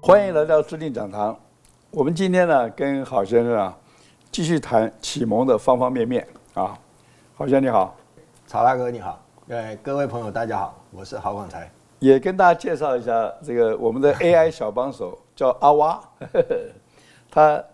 欢迎来到制定讲堂。我们今天呢，跟郝先生啊，继续谈启蒙的方方面面啊。郝先生你好，曹大哥你好，呃，各位朋友大家好，我是郝广才。也跟大家介绍一下这个我们的 AI 小帮手叫阿蛙， 他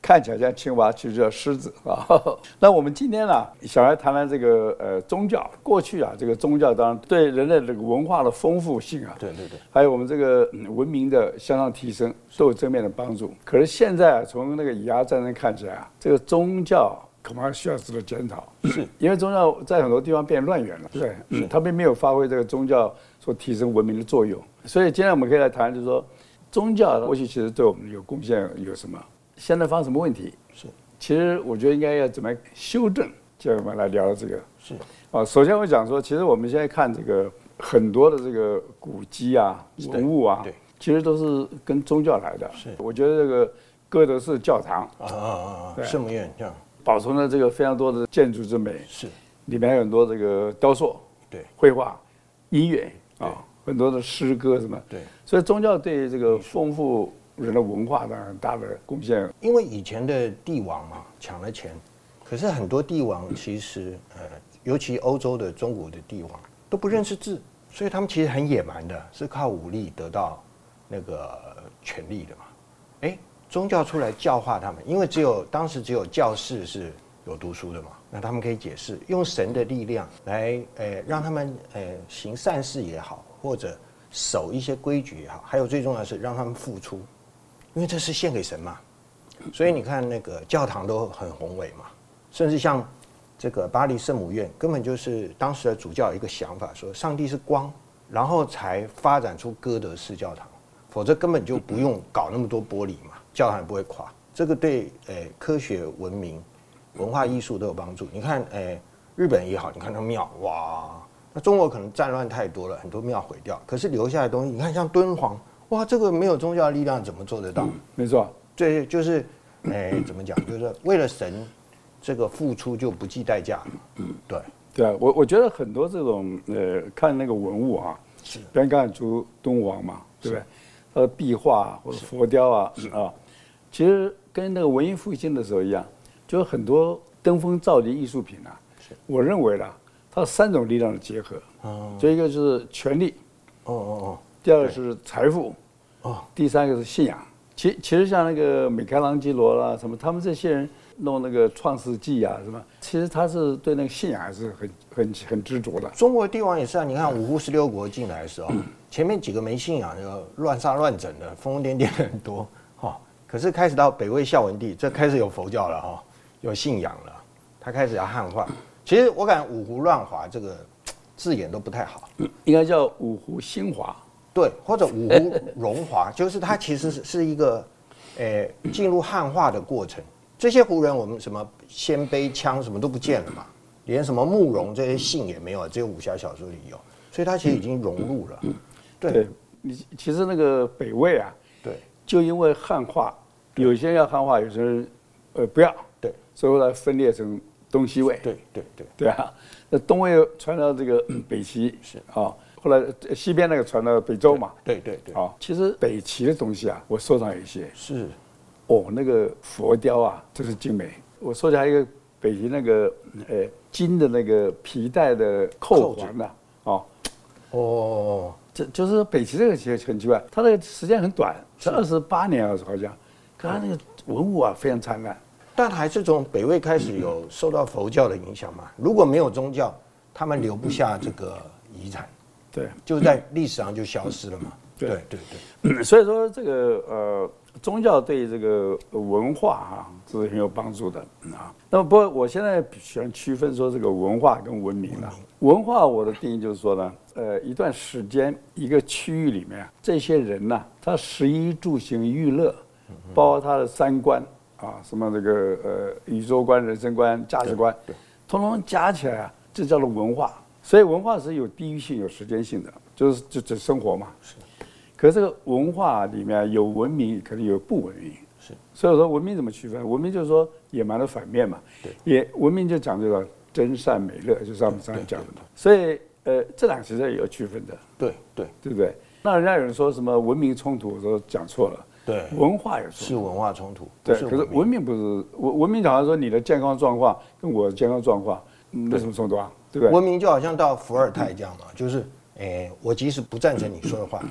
看起来像青蛙，其实叫狮子啊。 那我们今天呢、想来谈谈这个呃宗教。过去啊，这个宗教当然对人类这个文化的丰富性啊，对对对，还有我们这个嗯文明的向上提升都有正面的帮助。可是现在啊，从那个以牙战争看起来啊，这个宗教恐怕需要值得检讨，是因为宗教在很多地方变乱源了，对，嗯它并没有发挥这个宗教所提升文明的作用。所以今天我们可以来谈，就是说宗教过去其实对我们有贡献有什么，现在发生什么问题？是其实我觉得应该要怎么修正，今天我们来聊聊这个。是，啊，首先我讲说，其实我们现在看这个很多的这个古迹啊、对文物啊对，其实都是跟宗教来的。是我觉得这个哥德式教堂啊啊啊啊，对圣母院这样保存了这个非常多的建筑之美，是，里面有很多这个雕塑、对绘画、音乐对啊，很多的诗歌什么。对，所以宗教对这个丰富人的文化当然很大的贡献。因为以前的帝王嘛抢了钱，可是很多帝王其实呃，尤其欧洲的中国的帝王都不认识字，所以他们其实很野蛮的，是靠武力得到那个呃权力的嘛。哎，宗教出来教化他们，因为只有当时只有教士是有读书的嘛，那他们可以解释，用神的力量来，呃，让他们呃行善事也好，或者守一些规矩也好，还有最重要的是让他们付出，因为这是献给神嘛。所以你看那个教堂都很宏伟嘛，甚至像这个巴黎圣母院，根本就是当时的主教有一个想法，说上帝是光，然后才发展出哥德式教堂，否则根本就不用搞那么多玻璃嘛，教堂也不会垮。这个对呃科学文明、文化艺术都有帮助。你看，呃，日本也好，你看那庙，哇，那中国可能战乱太多了，很多庙毁掉，可是留下来的东西，你看像敦煌，哇，这个没有宗教力量怎么做得到？没错，对，就是，哎、怎么讲？就是为了神，这个付出就不计代价。对，对啊，我我觉得很多这种呃，看那个文物啊，是，刚看出敦煌嘛，对不对？它的壁画、啊、或者佛雕啊啊，其实跟那个文艺复兴的时候一样，就是很多登峰造极艺术品啊，我认为啦，它是三种力量的结合，哦就一个就是权力，哦哦第二个是财富，哦，第三个是信仰。其其实像那个米开朗基罗啦、什么，他们这些人弄那个《创世纪》啊什么，其实他是对那个信仰还是很很很执着的。中国帝王也是啊。你看五胡十六国进来的时候，前面几个没信仰，就乱杀乱整的，疯疯癫癫的很多。哈、哦，可是开始到北魏孝文帝，这开始有佛教了哈、哦，有信仰了，他开始要汉化。其实我感觉“五胡乱华”这个字眼都不太好。应该叫五湖新华。对，或者五胡荣华，就是它其实是是一个，诶、进入汉化的过程。这些胡人，我们什么鲜卑、羌什么都不见了嘛，连什么慕容这些姓也没有，只有武侠小说里有，所以它其实已经融入了。对你其实那个北魏啊，对就因为汉化，有些人要汉化，有些人呃不要，对所以后来分裂成东西魏。对对对，对啊，那东魏传到这 个嗯北齐是啊，后来呃西边那个传到北周嘛。对对对，啊，其实北齐的东西啊，我收藏有一些。是哦，那个佛雕啊，真是精美。我说起来一个北极那个呃金的那个皮带的扣环呐、啊，哦，哦，这就是北极这个其实很奇怪，它那个时间很短，才二十八年啊，好像，可它那个文物啊非常灿烂。但还是从北魏开始有受到佛教的影响嘛。如果没有宗教，他们留不下这个遗产，对，就在历史上就消失了嘛。对对对对。嗯所以说这个呃宗教对这个文化啊是很有帮助的嗯啊。那么不过我现在喜欢区分说这个文化跟文明了、文化我的定义就是说呢，呃，一段时间一个区域里面啊，这些人呐，他食衣住行娱乐，包括他的三观啊，什么这个呃宇宙观、人生观、价值观，通通加起来啊，这叫做文化。所以文化是有地域性、有时间性的，就是就指生活嘛。可是这个文化里面有文明，可能有不文明。是，所以我说文明怎么区分？文明就是说野蛮的反面嘛。对，也文明就讲这个真善美乐，就是我们刚才讲的嘛。所以呃，这两个其实也有区分的，对对对不对？那人家有人说什么文明冲突，我说讲错了，对，文化有冲突。是文化冲突，不对，是可是文明文明不是文文明，好像说你的健康状况跟我的健康状况嗯有什么冲突啊？对不对？文明就好像到伏尔泰这样嘛，就是，诶、我即使不赞成你说的话，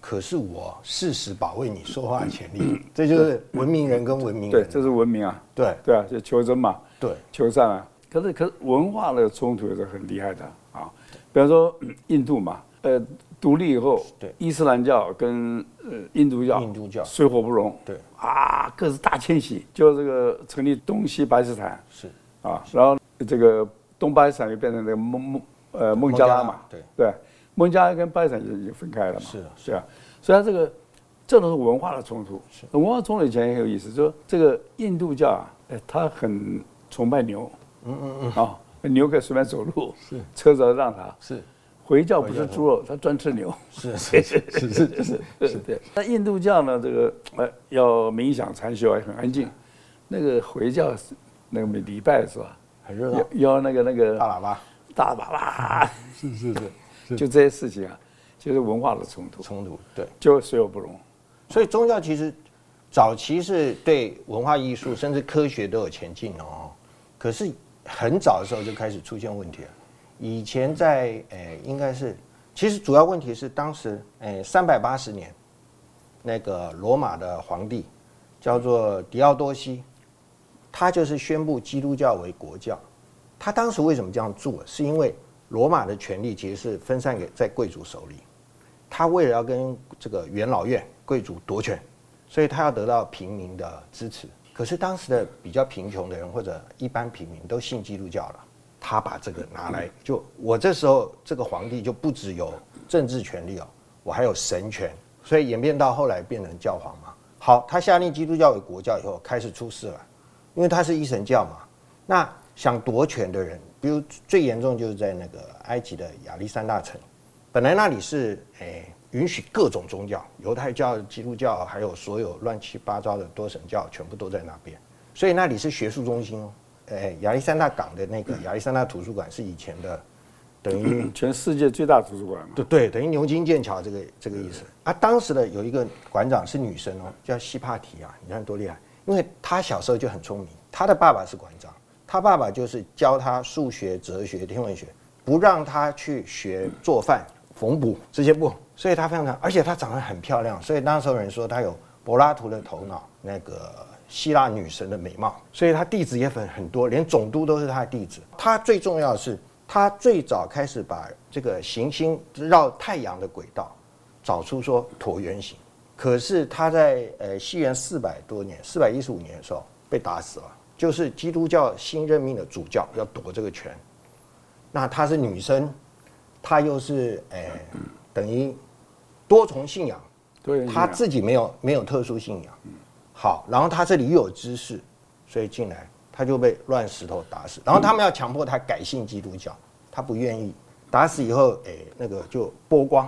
可是我适时保卫你说话的权利，这就是文明人跟文明对，人，这是文明啊，对对啊，就求真嘛，对求善啊。可是可是文化的冲突也是很厉害的啊，比方说嗯印度嘛，呃，独立以后，对伊斯兰教跟呃印度教，印度教水火不容，对啊，各自大迁徙，就这个成立东西巴基斯坦是啊，然后这个东巴基斯坦就变成那个孟孟呃孟加拉孟加嘛拉，对对，孟加拉跟巴基斯坦已经分开了嘛，是啊对啊，所以它这个这都是文化的冲突。文化冲突以前也很有意思，就是这个印度教啊，哎，他很崇拜牛，嗯嗯嗯，啊、牛可以随便走路，是车子要让它。是回教不吃猪肉，他专吃牛。是是是是是是，是 对。那印度教呢，这个呃要冥想禅修，哎还很安静。那个回教是那个每礼拜是吧？很热闹，要要那个那个大喇叭大喇叭，是是 是就这些事情啊，就是文化的冲突，冲突，对，就水火不容。所以宗教其实早期是对文化艺术甚至科学都有前进哦，可是很早的时候就开始出现问题了。以前在诶、应该是其实主要问题是当时诶三百八十年，那个罗马的皇帝叫做狄奥多西，他就是宣布基督教为国教。他当时为什么这样做？是因为罗马的权力其实是分散给在贵族手里，他为了要跟这个元老院贵族夺权，所以他要得到平民的支持。可是当时的比较贫穷的人或者一般平民都信基督教了，他把这个拿来就我这时候这个皇帝就不只有政治权利哦，我还有神权，所以演变到后来变成教皇嘛。好，他下令基督教为国教以后开始出事了，因为他是一神教嘛。那想夺权的人，比如最严重就是在那个埃及的亚历山大城，本来那里是诶、允许各种宗教，犹太教、基督教，还有所有乱七八糟的多神教，全部都在那边，所以那里是学术中心哦。诶、亚历山大港的那个亚历山大图书馆是以前的，等于全世界最大图书馆嘛，对对，等于牛津、剑桥这个这个意思啊。当时的有一个馆长是女生哦，叫西帕提啊，你看多厉害！因为她小时候就很聪明，她的爸爸是馆长，她爸爸就是教她数学、哲学、天文学，不让她去学做饭、缝补这些不，所以她非常，而且她长得很漂亮，所以那时候人说她有柏拉图的头脑，那个希腊女神的美貌，所以她弟子也很很多，连总督都是她的弟子。她最重要的是，她最早开始把这个行星绕太阳的轨道找出说椭圆形，可是她在呃西元四百多年，四百一十五年的时候被打死了，就是基督教新任命的主教要夺这个权，那她是女生，她又是呃等于多重信仰。对，他自己没有没有特殊信仰，嗯好，然后他这里又有知识，所以进来他就被乱石头打死，然后他们要强迫他改信基督教，他不愿意，打死以后，哎，那个就剥光、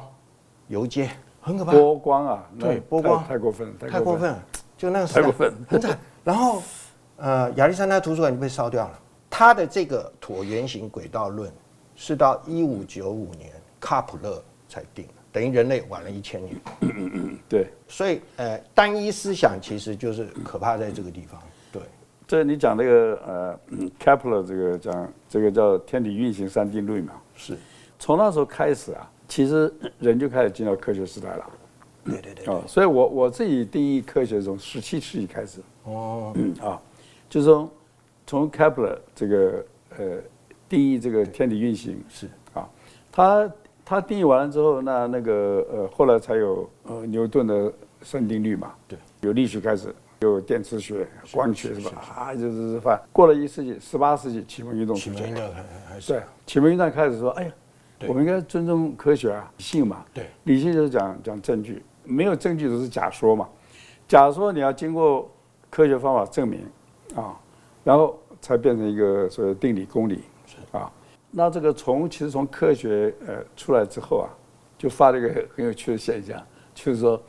游街，很可怕，波光啊，那对剥太光太过分了，太过分了，就那个时代太过分很惨。然后，呃，亚历山大图书馆就被烧掉了。他的这个椭圆形轨道论是到一五九五年卡普勒才定的，等于人类晚了一千年。对，所以呃，单一思想其实就是可怕在这个地方。对，这你讲那个呃嗯 Kepler 这个讲这个叫天体运行三定律嘛，是，从那时候开始啊，其实人就开始进到科学时代了。对对对。啊、所以我我自己定义科学从十七世纪开始，哦，嗯啊，就是说从 Kepler 这个呃定义这个天体运行是啊，他他定义完了之后，那那个呃后来才有呃牛顿的三定律嘛，对，有力学开始，有电磁学、光学是吧？啊，就是反正过了一世纪，十八世纪启蒙运动出启蒙现运，动还还是对，启蒙运动开始说，哎呀，对我们应该尊重科学啊，理性嘛。对理性就是讲讲证据，没有证据都是假说嘛。假说你要经过科学方法证明啊，然后才变成一个所谓的定理公理啊。那这个从其实从科学呃出来之后啊，就发了一个很很有趣的现象，就是说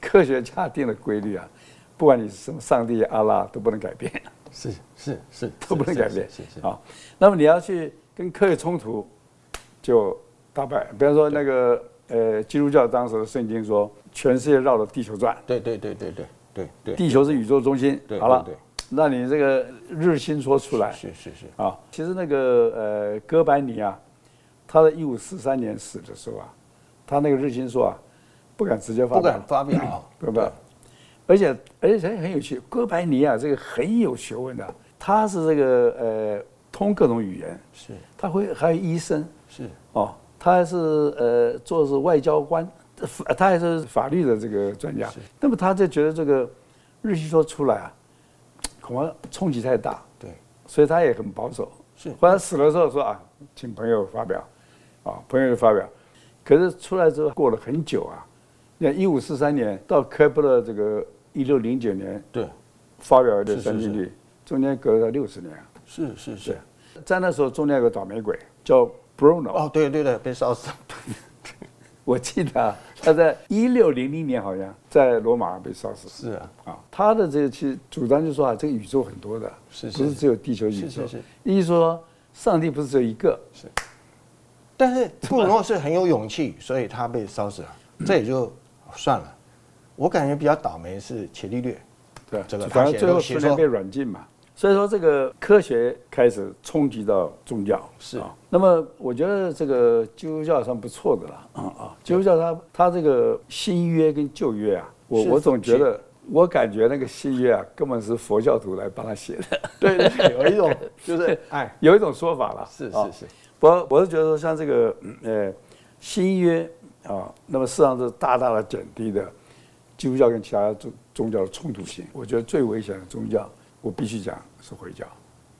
科学家定的规律啊，不管你是什么上帝、阿拉都不能改变。是是是都不能改变是是是啊。那么你要去跟科学冲突，就大败。比方说那个呃，基督教当时的圣经说，全世界绕着地球转，对对对对对对对对地球是宇宙中心。对好了对对，那你这个日心说出来是是是，啊，其实那个呃哥白尼啊，他在一五四三年死的时候啊，他那个日心说啊，不敢直接发不表敢，发表， 对不对？而且而且很有趣，哥白尼啊，这个很有学问的、他是这个呃通各种语言，是他会还有医生是哦，他还是呃做是外交官，呃法他还是法律的这个专家。那么他就觉得这个日心说出来啊，恐怕冲击太大，对，所以他也很保守。是后来死了之后说啊，请朋友发表，啊，朋友发表。可是出来之后过了很久啊，你看一五四三年到开普勒这个一六零九年对，发表的是三是定是律，中间隔了六十年啊。是是是，在那时候中间有个倒霉鬼叫 Bruno，、哦，对对对，被烧死， 我记得啊他在一六零零年好像在罗马被烧死。是啊，啊，他的这个其实主张就说啊，这个宇宙很多的，是是不是只有地球宇是宙是是？意思说上帝不是只有一个，但是布鲁诺是很有勇气，所以他被烧死了，这也就算了。我感觉比较倒霉是伽利略，对，这个反正他写最后都写十年说被软禁嘛。所以说，这个科学开始冲击到宗教是啊那么，我觉得这个基督教算不错的了啊啊！基督教它它这个新约跟旧约啊，我是我总觉是得，我感觉那个新约啊，根本是佛教徒来帮他写的，对对 对，有一种就是 哎，有一种说法了。是啊是是，我我是觉得说，像这个嗯呃新约啊，那么事实上是大大的减低的基督教跟其他宗宗教的冲突性。我觉得最危险的宗教，我必须讲是回教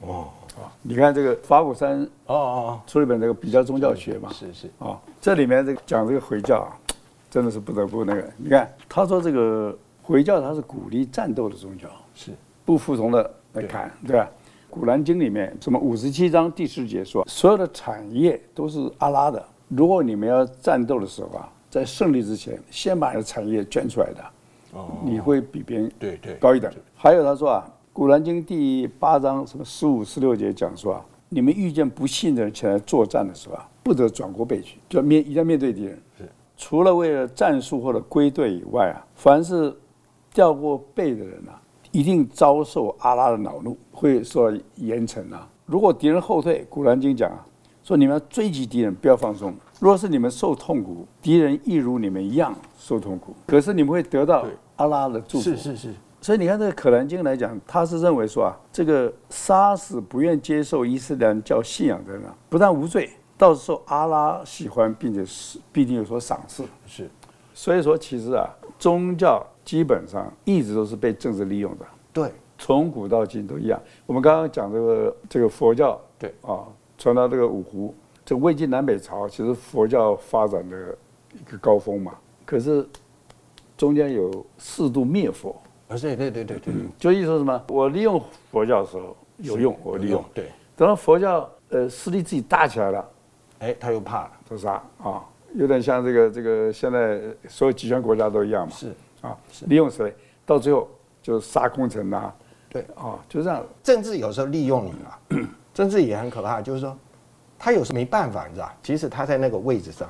哦啊。你看这个法鼓山啊哦哦，出了一本这个比较宗教学嘛，是是啊，这里面这个讲这个回教啊，真的是不得不那个。你看他说这个回教它是鼓励战斗的宗教，是不服从的来砍，对吧？古兰经里面什么五十七章第四节说，所有的产业都是阿拉的。如果你们要战斗的时候啊，在胜利之前，先把你的产业捐出来的，哦，你会比别人对对高一等。还有他说啊，古兰经第八章什么十五、十六节讲说啊，你们遇见不幸的人前来作战的时候啊，不得转过背去，就要面一定要面对敌人。是除了为了战术或者归队以外啊，凡是掉过背的人啊，一定遭受阿拉的恼怒，会受到严惩啊。如果敌人后退，《古兰经》讲啊，说你们要追击敌人，不要放松。若是你们受痛苦，敌人亦如你们一样受痛苦，可是你们会得到对阿拉的祝福。是是是，所以你看，这个《可兰经》来讲，他是认为说啊，这个杀死不愿接受伊斯兰教信仰的人啊，不但无罪，倒是受阿拉喜欢，并且是必定有所赏识。是所以说，其实啊，宗教基本上一直都是被政治利用的，对从古到今都一样。我们刚刚讲这个这个佛教，对啊，传到这个五胡，这魏晋南北朝其实佛教发展的一个高峰嘛。可是中间有四度灭佛，啊对对对对对，就意思说什么？我利用佛教的时候嗯有用，我利用；对，等到佛教呃势力自己大起来了，哎，他又怕了，他杀啊，有点像这个这个现在所有集权国家都一样嘛。是啊，利用谁，到最后就杀功臣呐、对，啊，就这样。政治有时候利用你嘛，政治也很可怕，就是说他有时候没办法，你知道，即使他在那个位置上，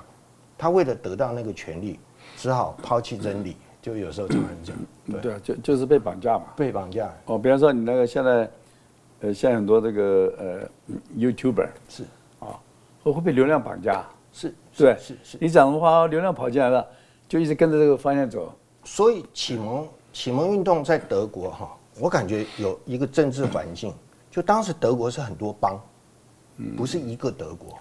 他为了得到那个权利，只好抛弃真理，就有时候常常讲，对，对啊，就就是被绑架嘛。被绑架哦，比方说你那个现在，呃，现在很多这个呃嗯 YouTuber 是啊，会会被流量绑架，是对不对是是，你讲的话，流量跑进来了，就一直跟着这个方向走。所以启蒙启蒙运动在德国哈，我感觉有一个政治环境，就当时德国是很多邦，不是一个德国，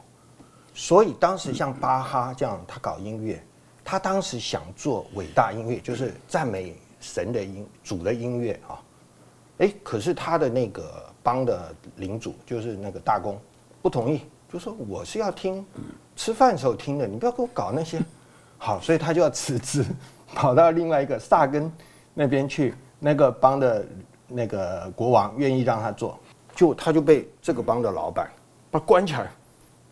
所以当时像巴哈这样，他搞音乐，他当时想做伟大音乐，就是赞美神的音主的音乐啊，哎，可是他的那个帮的领主就是那个大公不同意，就说我是要听吃饭时候听的，你不要给我搞那些。好，所以他就要辞职，跑到另外一个萨根那边去，那个帮的那个国王愿意让他做，就他就被这个帮的老板把他关起来，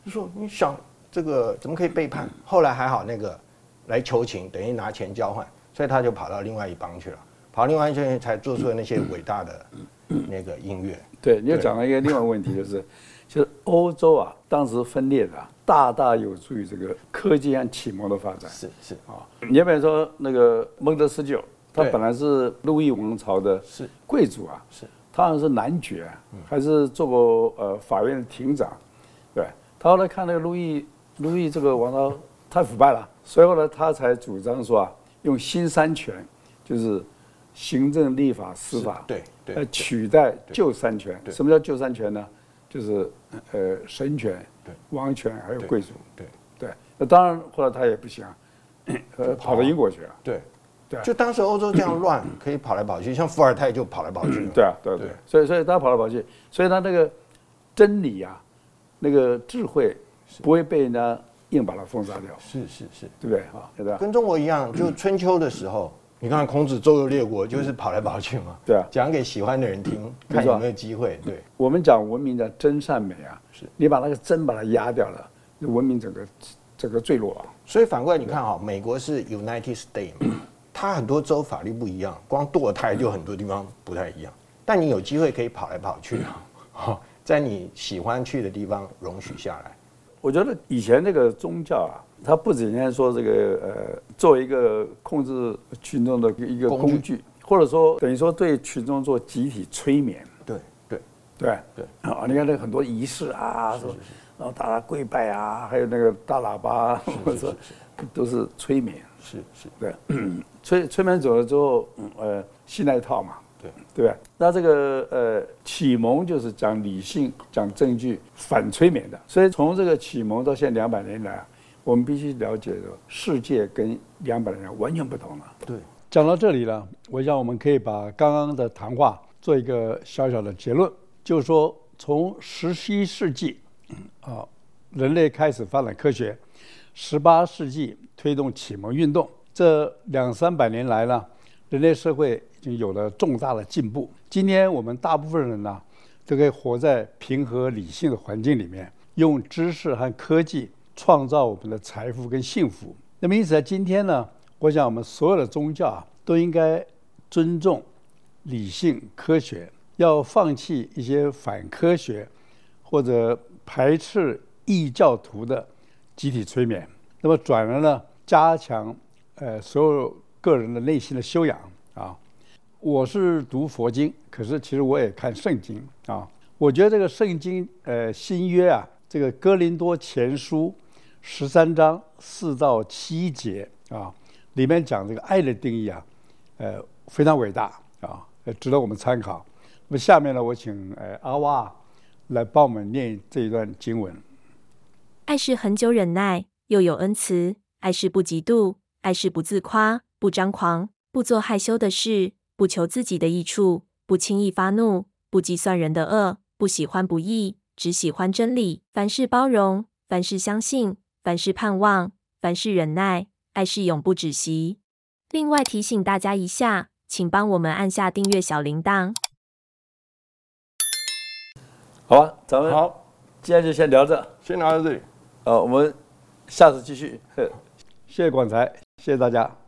就说你想这个怎么可以背叛？后来还好那个来求情，等于拿钱交换，所以他就跑到另外一帮去了，跑到另外一边才做出了那些伟大的那个音乐。对，你又讲了一个另外一个问题，就是就是欧洲啊，当时分裂的、啊，大大有助于这个科技和启蒙的发展。是是啊，你要不要说那个孟德斯鸠，他对本来是路易王朝的是贵族啊，是他好像是男爵，嗯还是做过呃法院的庭长，对。他后来看那个路易，路易这个王朝太腐败了，所以后来他才主张说啊，用新三权，就是行政、立法、司法，对对来对取代旧三权。对什么叫旧三权呢？就是呃神权、对王权还有对贵族。对对，那当然后来他也不行啊，呃跑到英国去了。对对啊就当时欧洲这样乱，可以跑来跑去，像伏尔泰就跑来跑去了。对啊，对啊对对啊，所以所以他跑来跑去，所以他那个真理啊，那个智慧不会被人家硬把它封杀掉，是是是，对不对啊？对吧？跟中国一样，就春秋的时候，你看孔子周游列国，就是跑来跑去嘛。对啊讲给喜欢的人听，没错看有没有机会。对，我们讲文明的真善美啊，是你把那个真把它压掉了，文明整个整个坠落啊。所以反过来你看哈，美国是 United States 嘛，它很多州法律不一样，光堕胎就很多地方不太一样。但你有机会可以跑来跑去啊，哈在你喜欢去的地方容许下来。我觉得以前那个宗教啊，它不仅仅说这个呃，作为一个控制群众的一个工工具具，或者说等于说对群众做集体催眠。对对对对啊，你看那个很多仪式啊，什么，然后大家跪拜啊，还有那个大喇叭， 我说都是催眠，是是，对，嗯 催催眠走了之后，嗯呃，信那一套嘛，对对吧？那这个呃，启蒙就是讲理性、讲证据、反催眠的，所以从这个启蒙到现在两百年来啊，我们必须了解的世界跟两百年来完全不同了。对。讲到这里呢，我想我们可以把刚刚的谈话做一个小小的结论，就是说，从十七世纪嗯啊，人类开始发展科学，十八世纪推动启蒙运动，这两三百年来呢，人类社会已经有了重大的进步。今天我们大部分人呢，都可以活在平和理性的环境里面，用知识和科技创造我们的财富跟幸福。那么因此在今天呢，我想我们所有的宗教啊，都应该尊重理性科学，要放弃一些反科学或者排斥异教徒的集体催眠。那么转而呢，加强呃所有个人的内心的修养啊。我是读佛经，可是其实我也看圣经啊。我觉得这个圣经，呃，新约啊，这个哥林多前书十三章四到七节啊，里面讲这个爱的定义啊，呃，非常伟大啊，呃值得我们参考。那么下面呢，我请呃阿哇来帮我们念这一段经文。爱是恒久忍耐，又有恩慈；爱是不嫉妒，爱是不自夸，不张狂，不做害羞的事，不求自己的益处，不轻易发怒，不计算人的恶，不喜欢不义，只喜欢真理。凡事包容，凡事相信，凡事盼望，凡事忍耐。爱是永不止息。另外提醒大家一下，请帮我们按下订阅小铃铛。好吧，咱们好，今天就先聊这，先聊到这里。呃，我们下次继续。谢谢广才，谢谢大家。